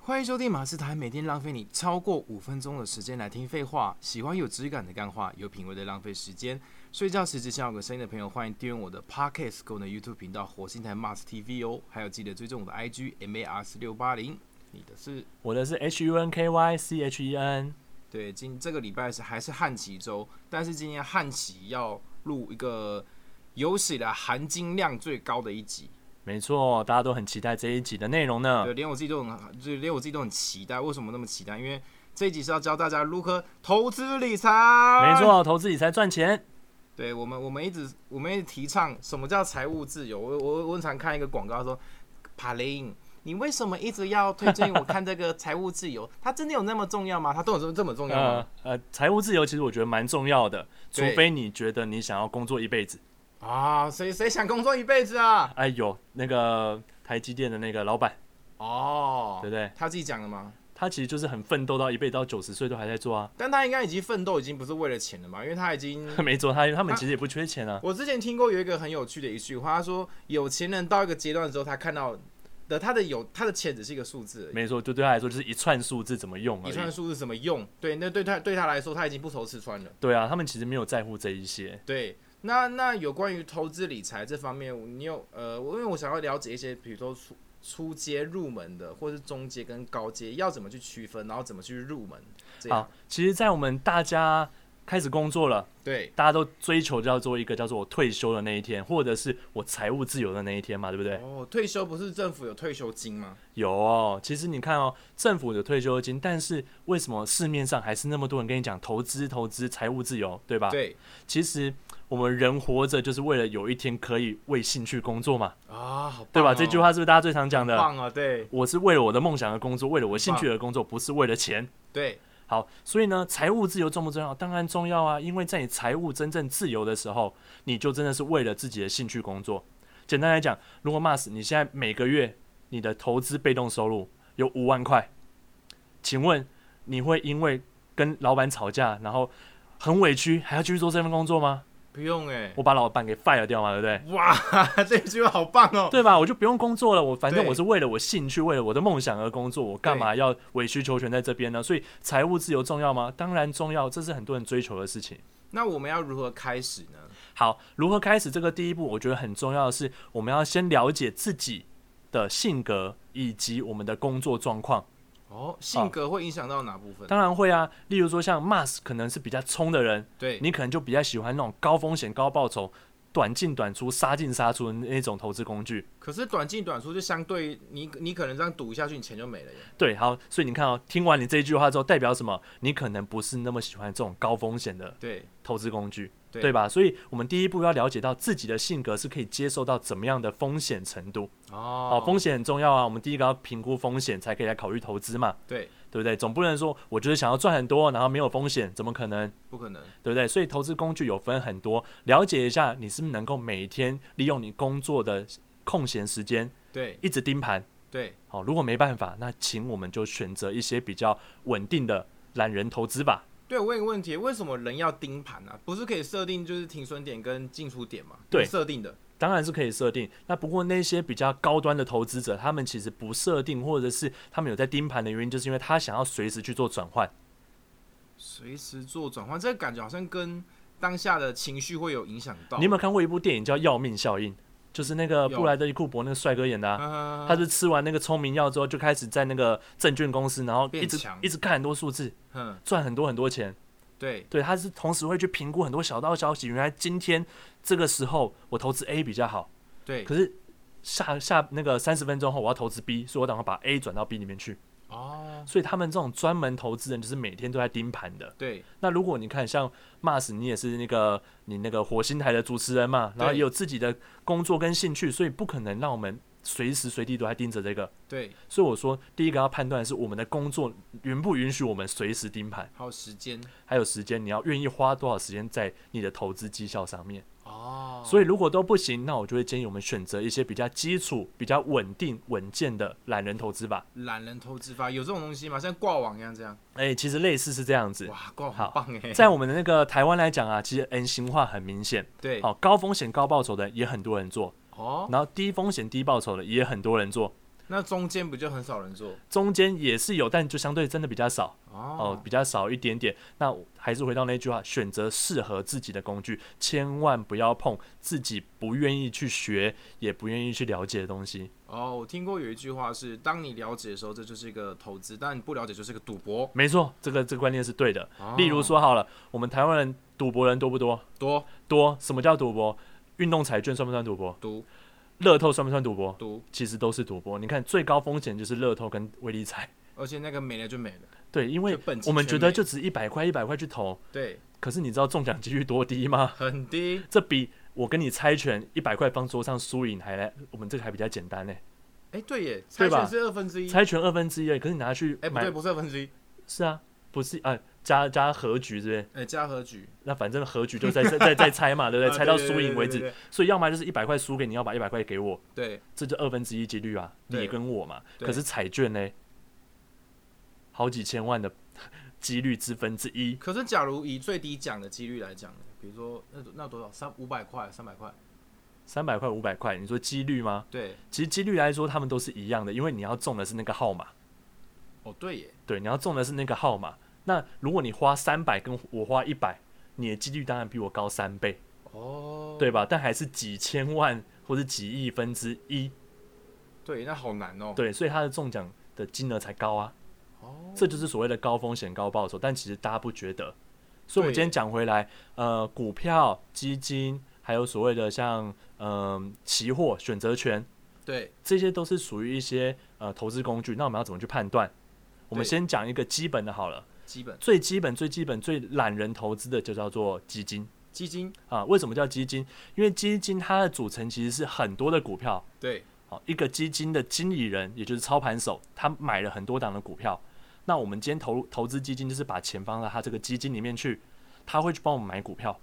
欢迎收听马斯台，每天浪费你超过五分钟的时间来听废话。喜欢有质感的干话，有品味的浪费时间。睡觉时只想有个声音的朋友，欢迎订阅我的 Podcast 跟我的 YouTube 频道火星台 Mars TV 哦。还有记得追踪我的 IG MARS 六八零。你的是我的是 H U N K Y C H E N，对，今这个礼拜是还是旱棋周，但是今天旱棋要录一个有史以来含金量最高的一集。没错，大家都很期待这一集的内容呢对，。连我自己都很，就连我自己都很期待。为什么那么期待？因为这一集是要教大家如何投资理财。没，错，投资理财赚钱，对我们，我们一直我们一直提倡什么叫财务自由。我我我很常看一个广告说，帕林，你为什么一直要推荐我看这个财务自由？它真的有那么重要吗？它都有这么这么重要呃吗？呃，财务自由其实我觉得蛮重要的，除对非你觉得你想要工作一辈子。啊，谁谁想工作一辈子啊？哎，有那个台积电的那个老板，哦，对不对？他自己讲的吗？他其实就是很奋斗到一辈子到九十岁都还在做啊，但他应该已经奋斗，已经不是为了钱了嘛，因为他已经 没错，他他们其实也不缺 钱啊。我之前听过有一个很有趣的一句话，他说有钱人到一个阶段之后，他看到的他的有他的钱只是一个数字而已，没错，就对他来说就是一串数字怎么用而一串已。数字怎么用？对，那对他对他来说，他已经不愁吃穿了。对啊，他们其实没有在乎这一些。对，那那有关于投资理财这方面，你有呃，我因为我想要了解一些，比如说初初阶入门的，或是中阶跟高阶，要怎么去区分，然后怎么去入门？这样好，其实，在我们大家开始工作了。对大家都追求叫做一个叫做我退休的那一天，或者是我财务自由的那一天嘛，对不对？哦，退休不是政府有退休金吗？有哦，其实你看哦，政府有退休金，但是为什么市面上还是那么多人跟你讲投资、投资、财务自由，对吧？。对其实我们人活着就是为了有一天可以为兴趣工作嘛，啊，好棒对吧？哦这句话是不是大家最常讲的？棒啊，对我是为了我的梦想而工作，为了我兴趣而工作，不是为了钱。对好，所以呢，财务自由重不重要？当然重要啊，因为在你财务真正自由的时候，你就真的是为了自己的兴趣工作。简单来讲，如果 Mas 你现在每个月你的投资被动收入有五万块，请问你会因为跟老板吵架，然后很委屈，还要继续做这份工作吗？不用哎、我把老板给 fire 掉嘛，对不 对？哇，这句话好棒哦！对吧？我就不用工作了，我反正对我是为了我兴趣，为了我的梦想而工作，我干嘛要委曲求全在这边呢？所以财务自由重要吗？当然重要，这是很多人追求的事情。那我们要如何开始呢？好，如何开始这个第一步，我觉得很重要的是，我们要先了解自己的性格以及我们的工作状况。哦，性格会影响到哪部分？当然会啊，例如说像 Mas 可能是比较冲的人，对，你可能就比较喜欢那种高风险高报酬、短进短出、杀进杀出的那种投资工具。可是短进短出就相对你，你可能这样赌下去，你钱就没了耶。对，好，所以你看哦，听完你这一句话之后，代表什么？你可能不是那么喜欢这种高风险的对，投资工具，对吧？所以我们第一步要了解到自己的性格是可以接受到怎么样的风险程度。哦哦，风险很重要啊，我们第一个要评估风险，才可以来考虑投资嘛，对，对不对？总不能说我就是想要赚很多，然后没有风险，怎么可能？不可能。对不对？所以投资工具有分很多，了解一下你是不是能够每天利用你工作的空闲时间对一直盯盘。对，好、如果没办法，那请我们就选择一些比较稳定的懒人投资吧。对我有个问题，为什么人要盯盘啊？不是可以设定就是停损点跟进出点吗？对设定的。当然是可以设定，那不过那些比较高端的投资者，他们其实不设定，或者是他们有在盯盘的原因，就是因为他想要随时去做转换。随时做转换，这个感觉好像跟当下的情绪会有影响到。你有没有看过一部电影叫《要命效应》？就是那个哦有布莱德利库珀那个帅哥演的、啊，嗯他是吃完那个聪明药之后，就开始在那个证券公司，然后一变直强一直看很多数字，嗯，赚很多很多钱。对对，他是同时会去评估很多小道消息，原来今天这个时候我投资 A 比较好，对可是下下那个三十分钟后我要投资 B，所以我赶快把 A 转到 B 里面去。哦，所以他们这种专门投资人就是每天都在盯盘的。对那如果你看像 Mars，你也是那个你那个火星台的主持人嘛，然后对也有自己的工作跟兴趣，所以不可能让我们随时随地都在盯着这个。对，所以我说，第一个要判断的是我们的工作允不允许我们随时盯盘，还有时间还有时间，你要愿意花多少时间在你的投资绩效上面。哦，所以如果都不行，那我就会建议我们选择一些比较基础、比较稳定、稳健的懒人投资吧。懒人投资法有这种东西吗？像挂网一样这样？哎、其实类似是这样子。哇，挂网好很棒哎！在我们的那个台湾来讲啊，其实 N 型化很明显，对好、高风险高报酬的也很多人做，哦，然后低风险低报酬的也很多人做，那中间不就很少人做中间也是有，但就相对真的比较少哦哦，？比较少一点点。那我还是回到那句话，选择适合自己的工具，千万不要碰自己不愿意去学，也不愿意去了解的东西。哦，我听过有一句话是：当你了解的时候，这就是一个投资；但你不了解，就是一个赌博。没错，这个这个观念是对的。哦例如说好了，我们台湾人赌博人多不多？多多。什么叫赌博？运动彩券算不算赌博？赌乐透算不算赌博？赌，其实都是赌博。你看，最高风险就是乐透跟威力彩。而且那个没了就没了。对，因为就本金我们全觉得没就只一百块一百块去投，对，可是你知道中奖几率多低吗？很低。这比我跟你猜拳一百块放桌上输赢还来，我们这个还比较简单呢。哎、对耶，猜对吧拳是二分之一。猜拳二分之一而已，可是你拿去哎、不买，对，不是二分之一，是啊，不是啊，加加和局这边，哎、加和局，那反正和局 就在在在在猜嘛，对不呃对？猜到输赢为止，对所以要么就是一百块输给你，要把一百块给我，对对这就二分之一几率啊，对你跟我嘛。对可是彩券呢，好几千万的 几率之分之一，可是，假如以最低奖的几率来讲呢，比如说那那多少三五百块、三百块，三百块五百块，你说几率吗？对，其实几率来说，他们都是一样的，因为你要中的是那个号码。哦对耶，对，你要中的是那个号码。那如果你花三百跟我花一百，你的几率当然比我高三倍，哦对吧？但还是几千万或者几亿分之一，对，那好难哦。对，所以它的中奖的金额才高啊。哦，这就是所谓的高风险高报酬，但其实大家不觉得。所以，我们对今天讲回来，呃，股票、基金，还有所谓的像嗯、期货、选择权，对这些都是属于一些呃投资工具。那我们要怎么去判断？我们对先讲一个基本的好了。基本最基本、最基本、最懒人投资的就叫做基金基金啊。为什么叫基金？因为基金它的组成其实是很多的股票。对好，一个基金的经理人，也就是操盘手，他买了很多档的股票。那我们今天投入投资基金，就是把钱放到他这个基金里面去，他会去帮我们买股票。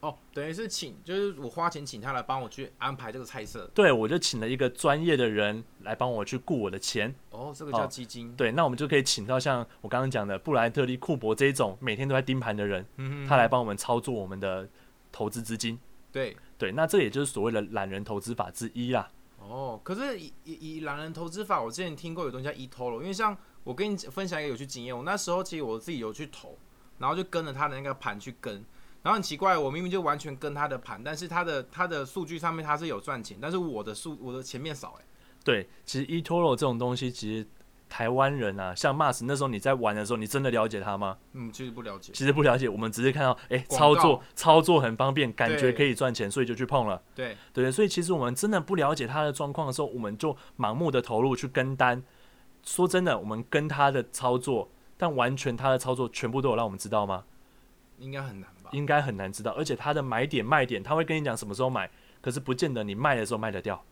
哦，等于是请，就是我花钱请他来帮我去安排这个菜色。对，我就请了一个专业的人来帮我去顾我的钱。哦，这个叫哦基金。对，那我们就可以请到像我刚刚讲的布莱特利、库珀这种每天都在盯盘的人，嗯他来帮我们操作我们的投资资金。对对，那这也就是所谓的懒人投资法之一啦。哦，可是以以以懒人投资法，我之前听过有东西叫 e t o 因为像我跟你分享一个有趣经验，我那时候其实我自己有去投，然后就跟着他的那个盘去跟，然后很奇怪，我明明就完全跟他的盘，但是他的他的数据上面他是有赚钱，但是我的数我的前面少哎、对，其实 eToro 这种东西，其实台湾人啊，像 Mars 那时候你在玩的时候，你真的了解它吗？嗯，其实不了解，其实不了解，我们只是看到，哎、广操告作操作很方便，感觉对可以赚钱，所以就去碰了。对对，所以其实我们真的不了解它的状况的时候，我们就盲目的投入去跟单。说真的，我们跟它的操作，但完全它的操作全部都有让我们知道吗？应该很难吧？应该很难知道，而且它的买点卖点，它会跟你讲什么时候买，可是不见得你卖的时候卖得掉。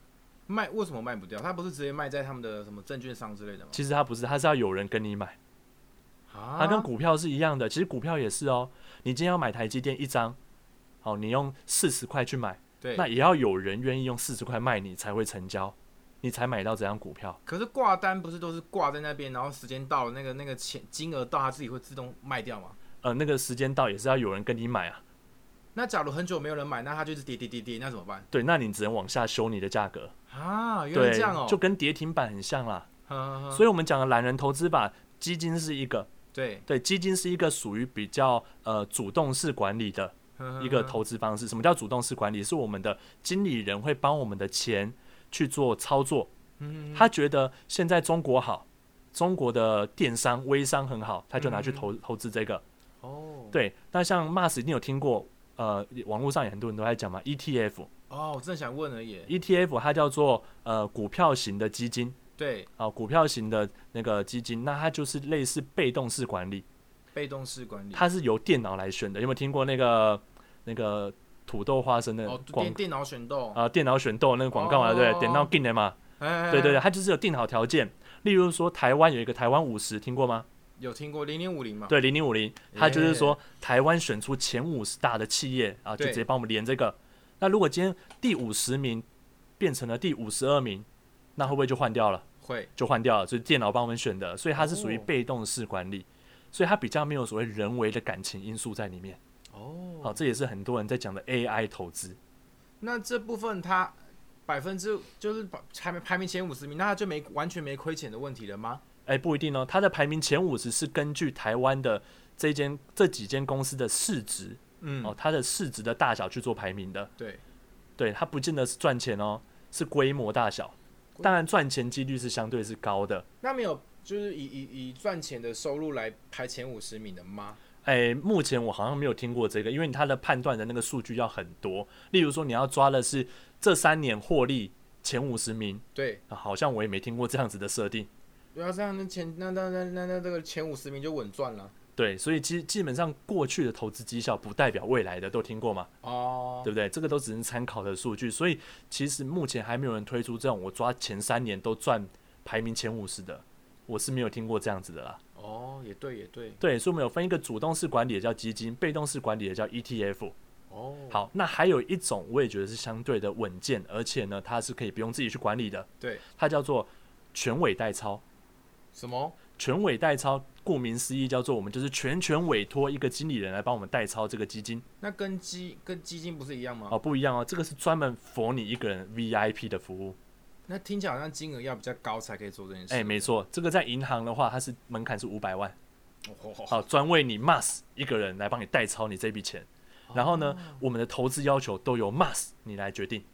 卖为什么卖不掉？他不是直接卖在他们的什么证券商之类的吗？其实它不是，它是要有人跟你买。啊它跟股票是一样的，其实股票也是哦。你今天要买台积电一张，好，你用四十块去买，对，那也要有人愿意用四十块卖你才会成交，你才买到这张股票。可是挂单不是都是挂在那边，然后时间到了，那个那个钱金额到，他自己会自动卖掉吗？呃，那个时间到也是要有人跟你买啊。那假如很久没有人买，那它就是跌跌跌跌，那怎么办对，那你只能往下修你的价格。啊？原来对，这样哦、嗯就跟跌停板很像啦。呵呵呵哦所以我们讲的懒人投资法，基金是一个，对对，基金是一个属于比较呃主动式管理的。呵呵一呵个投资方式。什么叫主动式管理？是我们的经理人会帮我们的钱去做操作。嗯他觉得现在中国好，中国的电商、微商很好，他就拿去嗯投投资这个。哦对，那像 Mars 一定有听过，呃，网络上也很多人都在讲嘛，ETF，ETF，E 哦，我正想问而已。它叫做呃股票型的基金对，啊、股票型的那个基金，那它就是类似被动式管理，被动式管理。它是由电脑来选的。有没有听过那个那个土豆花生的哦，广电电脑选动。啊，电脑选购那个广告嘛，哦对不对，点到进的嘛，哎对对，对，哎哎它就是有定好条件。例如说，台湾有一个台湾五十，听过吗？有听过零零五零嘛？对，零零五零，它就是说台湾选出前五十大的企业啊，就哎对直接帮我们连这个。那如果今天第五十名变成了第五十二名，那会不会就换掉了？会就换掉了，就是电脑帮我们选的，所以它是属于哦被动式管理，所以它比较没有所谓人为的感情因素在里面。哦。好，这也是很多人在讲的 AI 投资。那这部分它百分之就是排名排名前五十名，那他就没完全没亏钱的问题了吗？哎，不一定哦。它的排名前五十是根据台湾的这间这几间公司的市值、嗯，哦，它的市值的大小去做排名的。对，对，它不见得是赚钱哦，是规模大小。当然，赚钱几率是相对是高的。那没有就是以以以赚钱的收入来排前五十名的吗？哎，目前我好像没有听过这个，因为它的判断的那个数据要很多。例如说，你要抓的是这三年获利前五十名，对，啊好像我也没听过这样子的设定。不要这样，那前那那那那那这个前五十名就稳赚了对，所以基基本上过去的投资绩效不代表未来的，都听过嘛，哦。对不对？这个都只是参考的数据，所以其实目前还没有人推出这种我抓前三年都赚排名前五十的，我是没有听过这样子的啦。哦，也对也对，对，所以我们有分一个主动式管理的叫基金，被动式管理的叫 ETF。哦，好，那还有一种我也觉得是相对的稳健，而且呢，它是可以不用自己去管理的，对，它叫做全委代操。什么？全委代操，顾名思义叫做我们就是全权委托一个经理人来帮我们代操这个基金那跟基跟基金不是一样吗？哦，不一样哦，这个是专门佛你一个人 VIP 的服务。那听起来好像金额要比较高才可以做这件事。哎、没错，这个在银行的话，它是门槛是五百万，哦，好好、专为你 MAS 一个人来帮你代操你这笔钱。然后呢，哦我们的投资要求都由 MAS 你来决定。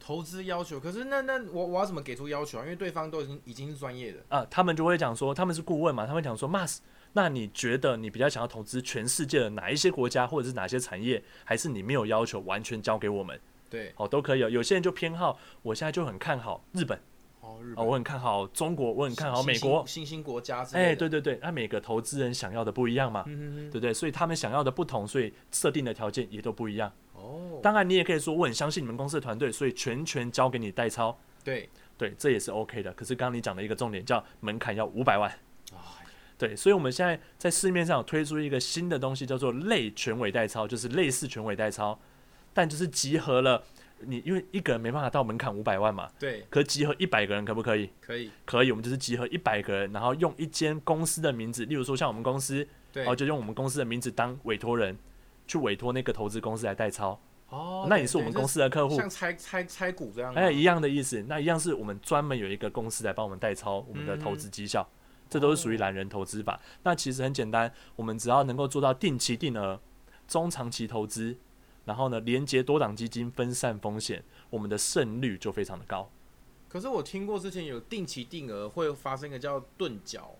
投资要求，可是那那我我要怎么给出要求啊？因为对方都已经已经是专业的，啊，他们就会讲说，他们是顾问嘛，他们讲说，Mas，那你觉得你比较想要投资全世界的哪一些国家，或者是哪些产业，还是你没有要求完全交给我们？对，哦，都可以、哦。有些人就偏好，我现在就很看好日本，哦，日哦，我很看好中国，我很看好新美国。新兴新兴国家之类的，哎，对对对，那每个投资人想要的不一样嘛，嗯，嗯对不对？所以他们想要的不同，所以设定的条件也都不一样。嗯哦，当然，你也可以说我很相信你们公司的团队，所以全权交给你代操，对，对，这也是 OK 的。可是刚刚你讲的一个重点叫门槛要五百万。哎对，所以我们现在在市面上有推出一个新的东西，叫做类全委代操，就是类似全委代操，但就是集合了你，因为一个人没办法到门槛五百万嘛，对，可集合一百个人可不可以？可以，可以，我们就是集合一百个人，然后用一间公司的名字，例如说像我们公司，对然哦后，就用我们公司的名字当委托人，去委托那个投资公司来代操，哦那也是我们公司司的客户。像拆拆拆股这样啊吗，哎，一样的意思，那一样是我们专门有一个公司来帮我们代操我们的投资绩效，这都是属于懒人投资法。那其实很简单，我们只要能够做到定期定额、中长期投资，然后呢，连接多档基金分散风险，我们的胜率就非常的高。可是我听过之前有定期定额会发生一个叫钝角，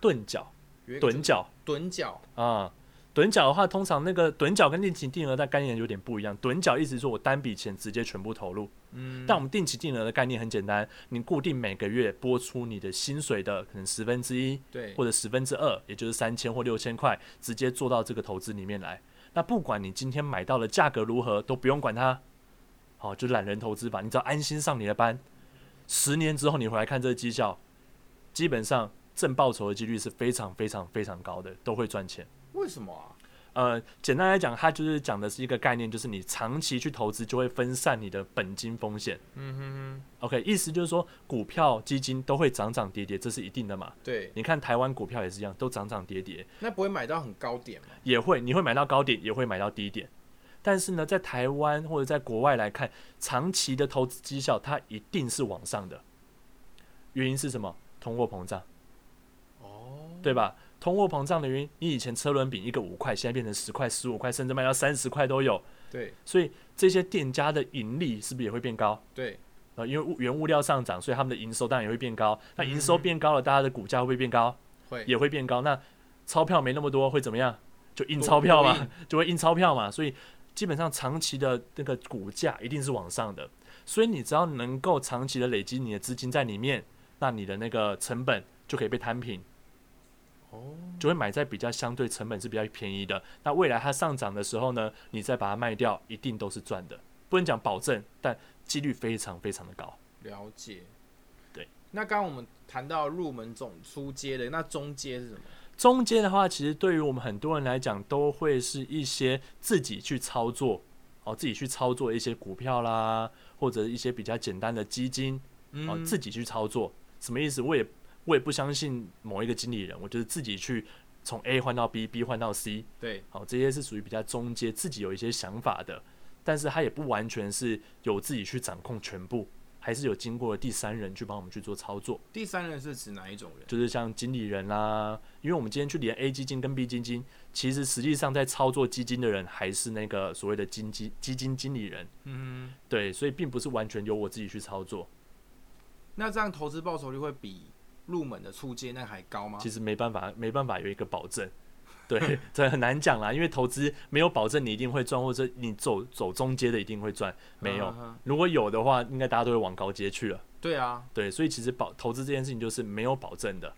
钝角、有一个趸角钝角，啊，趸、角的话，通常那个趸角跟定期定额的概念有点不一样。趸角意思是说我单笔钱直接全部投入，嗯，但我们定期定额的概念很简单，你固定每个月拨出你的薪水的可能十分之一。对，或者十分之二，也就是三千或六千块，直接做到这个投资里面来。那不管你今天买到的价格如何，都不用管它，好、就懒人投资吧，你只要安心上你的班。十年之后你回来看这个绩效，基本上正报酬的几率是非常非常非常高的，都会赚钱。为什么啊？呃，简单来讲，它就是讲的是一个概念，就是你长期去投资就会分散你的本金风险。嗯哼 OK，意思就是说股票、基金都会涨涨跌跌，这是一定的嘛。哼，对，你看台湾股票也是一样，都涨涨跌跌。那不会买到很高点吗？也会，你会买到高点，也会买到低点。但是呢，在台湾或者在国外来看，长期的投资绩效它一定是往上的。原因是什么？通货膨胀，哦，对吧？通货膨胀的原因，你以前车轮饼一个五块，现在变成十块、十五块，甚至卖到三十块都有。对所以这些店家的盈利是不是也会变高？对，呃，因为物原物料上涨，所以他们的营收当然也会变高。那营收变高了，大家的股价会不会变高？会嗯也会变高。那钞票没那么多，会怎么样？就印多钞票多嘛，就会印钞票嘛。所以基本上长期的那个股价一定是往上的。所以你只要能够长期的累积你的资金在里面，那你的那个成本就可以被摊平，哦，就会买在比较相对成本是比较便宜的。那未来它上涨的时候呢，你再把它卖掉，一定都是赚的。不能讲保证，但几率非常非常的高。了解。对，那刚刚我们谈到入门总出阶的，那中阶是什么？中间的话，其实对于我们很多人来讲，都会是一些自己去操作哦，自己去操作一些股票啦，或者一些比较简单的基金哦，嗯自己去操作。什么意思？我也我也不相信某一个经理人，我就是自己去从 A 换到 B，B 换到 C，哦对好、这些是属于比较中间自己有一些想法的。但是它也不完全是由自己去掌控全部，还是有经过第三人去帮我们去做操作，第三人是指哪一种人？就是像经理人啦、啊因为我们今天去连 A 基金跟 B 基金，其实实际上在操作基金的人还是那个所谓的基金基金经理人，嗯，对，所以并不是完全由我自己去操作，那这样投资报酬率会比入门的初阶那个还高吗？其实没办法，没办法有一个保证。对，这很难讲啦，因为投资没有保证你一定会赚，或者你走走中阶的一定会赚，没有嗯。哼如果有的话，应该大家都会往高阶去了。对啊，对，所以其实保投资这件事情就是没有保证的。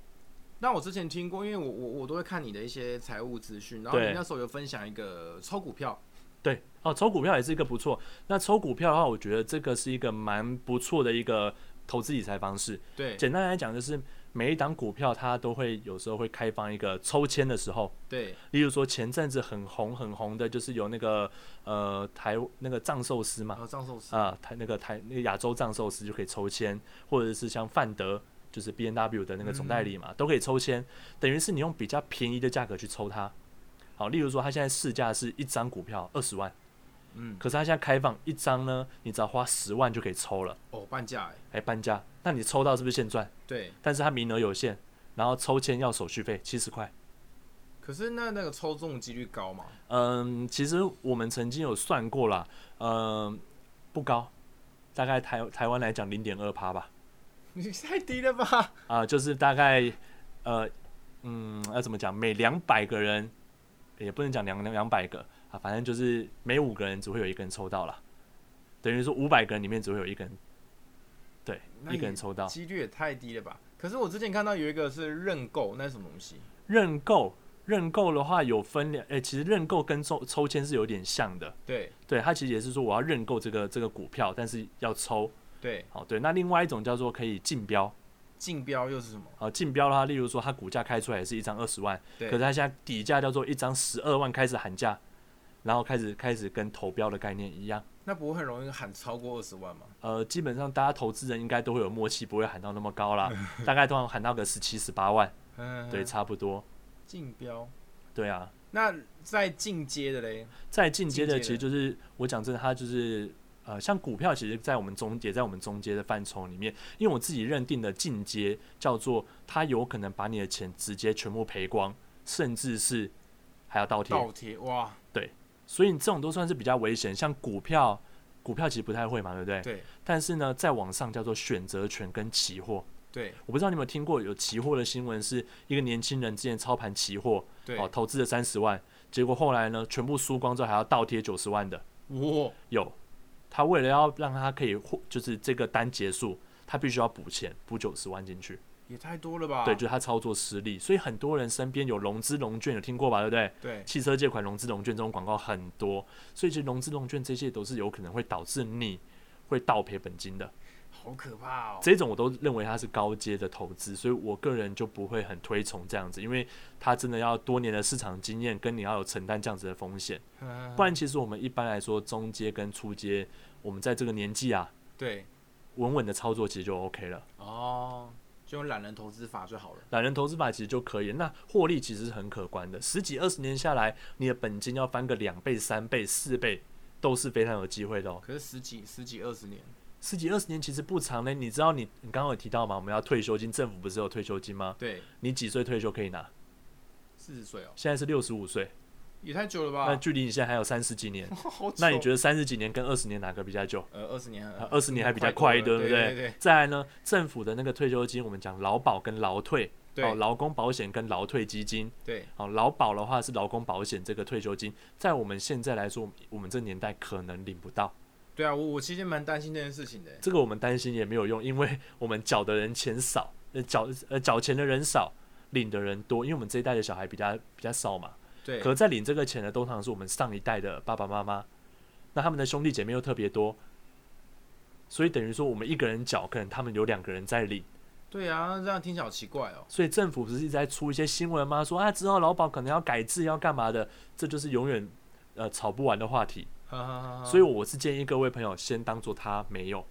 那我之前听过，因为我我我都会看你的一些财务资讯，然后你对那时候有分享一个抽股票，对，哦，抽股票也是一个不错。那抽股票的话，我觉得这个是一个蛮不错的一个投资理财方式。对简单来讲，就是每一档股票它都会有时候会开放一个抽签的时候，对，例如说前阵子很红很红的，就是有那个呃台那个藏寿司嘛然，后藏寿司，啊，台那个台那个亚洲藏寿司就可以抽签，或者是像范德，就是 B N W 的那个总代理嘛，都可以抽签，等于是你用比较便宜的价格去抽它。好，例如说它现在市价是一张股票二十万，嗯，可是它现在开放一张呢，你只要花十万就可以抽了，哦，半价哎，哎，半价，那你抽到是不是现赚？对，但是它名额有限，然后抽签要手续费七十块。可是那那个抽中的几率高嘛？嗯，其实我们曾经有算过啦，嗯，不高，大概台台湾来讲零点二趴吧。你太低了吧？啊、就是大概呃，嗯，要怎么讲？每两百个人，也不能讲两两百个啊，反正就是每五个人只会有一个人抽到啦，等于说五百个人里面只会有一个人，对，那一个也人抽到几率也太低了吧？可是我之前看到有一个是认购，那是什么东西？认购。认购的话有分两，诶、其实认购跟抽抽签是有点像的，对对，它其实也是说我要认购这个这个股票，但是要抽，对，好，对，那另外一种叫做可以竞标，竞标又是什么？啊，竞标的话，例如说它股价开出来也是一张二十万，对可是它现在底价叫做一张十二万开始喊价，然后开始开始跟投标的概念一样。那不会很容易喊超过二十万吗？呃，基本上大家投资人应该都会有默契，不会喊到那么 高啦，大概通常喊到个十七、十八万，嗯，对，，差不多。竞标。对啊，那在进阶的嘞，再进阶进的阶的其实就是我讲真的，它就是呃，像股票，其实在我们中也在我们中阶的范畴里面，因为我自己认定的进阶叫做它有可能把你的钱直接全部赔光，甚至是还要倒贴。倒贴哇，所以你这种都算是比较危险，像股票，股票其实不太会嘛，对不对？对但是呢，在网上叫做选择权跟期货，对我不知道你有没有听过有期货的新闻，是一个年轻人之前操盘期货，对，哦，投资了三十万，结果后来呢，全部输光之后还要倒贴九十万的，哇，有。他为了要让他可以获，就是这个单结束，他必须要补钱，补九十万进去。也太多了吧？对，就是他操作失利，所以很多人身边有融资融券，有听过吧？对不对？对汽车借款融资融券这种广告很多，所以其实融资融券这些都是有可能会导致你会倒赔本金的。好可怕哦。这种我都认为它是高阶的投资，所以我个人就不会很推崇这样子，因为它真的要多年的市场经验，跟你要有承担这样子的风险。嗯不然，其实我们一般来说中阶跟初阶，我们在这个年纪啊，对稳稳的操作其实就 OK 了。哦，就用懒人投资法就好了。懒人投资法其实就可以，那获利其实是很可观的，十几二十年下来，你的本金要翻个两倍、三倍、四倍，都是非常有机会的哦。可是十几十几二十年，十几二十年其实不长嘞，你知道你你刚刚有提到嘛？我们要退休金，政府不是有退休金吗？对，你几岁退休可以拿？四十岁哦，现在是六十五岁，也太久了那吧？距离你现在还有三十几年。 好久。 那你觉得三十几年跟二十年哪个比较久？啊呃二十年很，二十年还比较快，对对不对？对对再来呢，政府的那个退休金，我们讲劳保跟劳退，哦，对劳工保险跟劳退基金，对哦，劳保的话是劳工保险这个退休金，在我们现在来说，我们这年代可能领不到，对啊！我我其实蛮担心这件事情的。欸这个我们担心也没有用，因为我们缴的人钱少，呃缴呃缴钱的人少，领的人多，因为我们这一代的小孩比较比较少嘛，对，可在领这个钱的通常是我们上一代的爸爸妈妈，那他们的兄弟姐妹又特别多，所以等于说我们一个人缴，可能他们有两个人在领。对啊，这样听起来好奇怪哦。所以政府不是一直在出一些新闻吗？说啊，之后劳保可能要改制，要干嘛的？这就是永远呃吵不完的话题。哈哈哈哈所以我是建议各位朋友先当做他没有，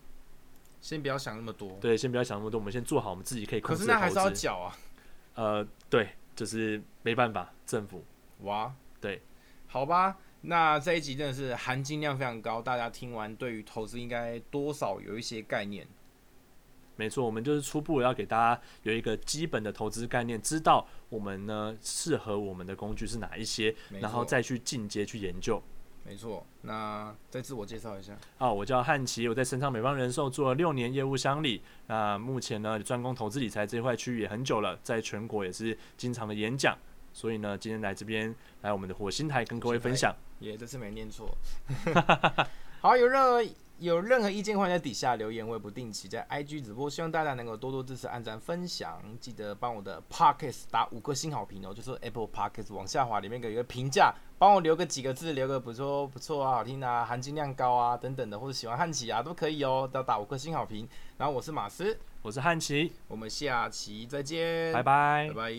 先不要想那么多。对，先不要想那么多，我们先做好我们自己可以控可制是的那还是投要资。缴啊。呃，对，就是没办法，政府哇，对，好吧。那这一集真的是含金量非常高，大家听完对于投资应该多少有一些概念。没错，我们就是初步要给大家有一个基本的投资概念，知道我们呢适合我们的工具是哪一些，没错然后再去进阶去研究。没错，那再自我介绍一下。啊，我叫汉奇，我在深昌美邦人寿做了六年业务襄理。那目前呢，专攻投资理财这块区域也很久了，在全国也是经常的演讲。所以呢，今天来这边来我们的火星台跟各位分享。也这次没念错。 好，有任何有任何意见，欢迎在底下留言。我也不定期在 IG 直播，希望大家能够多多支持、按赞、分享。记得帮我的 Podcast 打五颗星好评哦，就是 Apple Podcast 往下滑里面有一个评价，帮我留个几个字，留个不错不错啊，好听啊，含金量高啊等等的，或者喜欢汉奇啊都可以哦，都要打五颗星好评。然后我是马斯，我是汉奇，我们下期再见，拜拜拜拜